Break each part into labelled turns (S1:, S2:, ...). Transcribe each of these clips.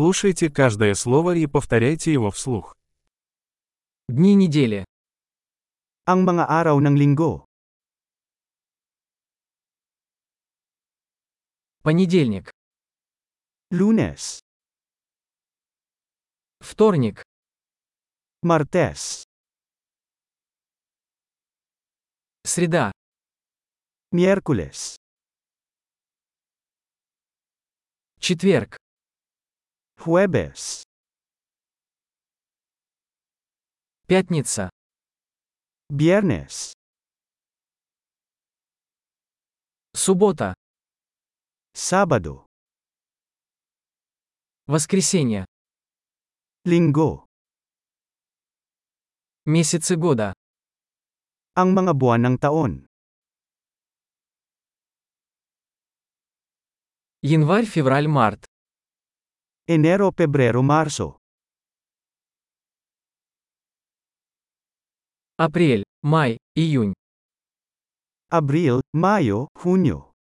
S1: Слушайте каждое слово и повторяйте его вслух.
S2: Дни недели.
S3: Ang mga araw ng linggo.
S2: Понедельник.
S3: Lunes.
S2: Вторник.
S3: Martes.
S2: Среда.
S3: Miyerkules.
S2: Четверг.
S3: Jueves.
S2: Пятница.
S3: Viernes.
S2: Суббота.
S3: Sabado.
S2: Воскресенье.
S3: Linggo.
S2: Месяцы года.
S3: Ang mga buwan ng taon.
S2: Январь, февраль, март.
S3: Enero, Pebrero, Marso.
S2: Апрель, май, июнь.
S3: Abril, Mayo, Hunyo.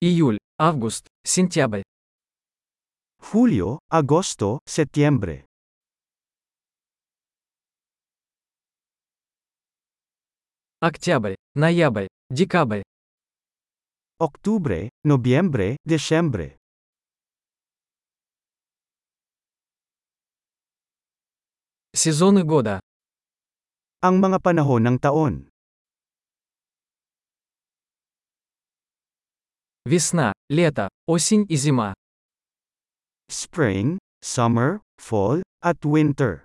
S2: Июль, август, сентябрь.
S3: Julio, Agosto, Septiembre.
S2: Октябрь, ноябрь, декабрь.
S3: Octubre, Nobyembre, Desyembre.
S2: Сезоны года.
S3: Ang mga panahon ng taon.
S2: Весна, лето, осень и зима.
S3: Spring, Summer, Fall, at Winter.